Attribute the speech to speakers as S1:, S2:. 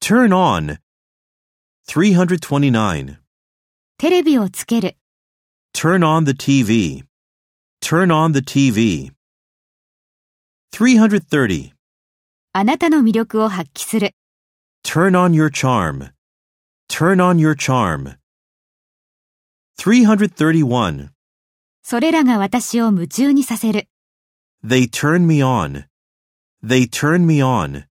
S1: Turn on. 329.
S2: テレビをつける、
S1: Turn on the TV. Turn on the TV. 330.
S2: あなたの魅力を発揮する、
S1: Turn on your charm. Turn on your charm. 331.
S2: それらが私を夢中にさせる。
S1: They turn me on. They turn me on.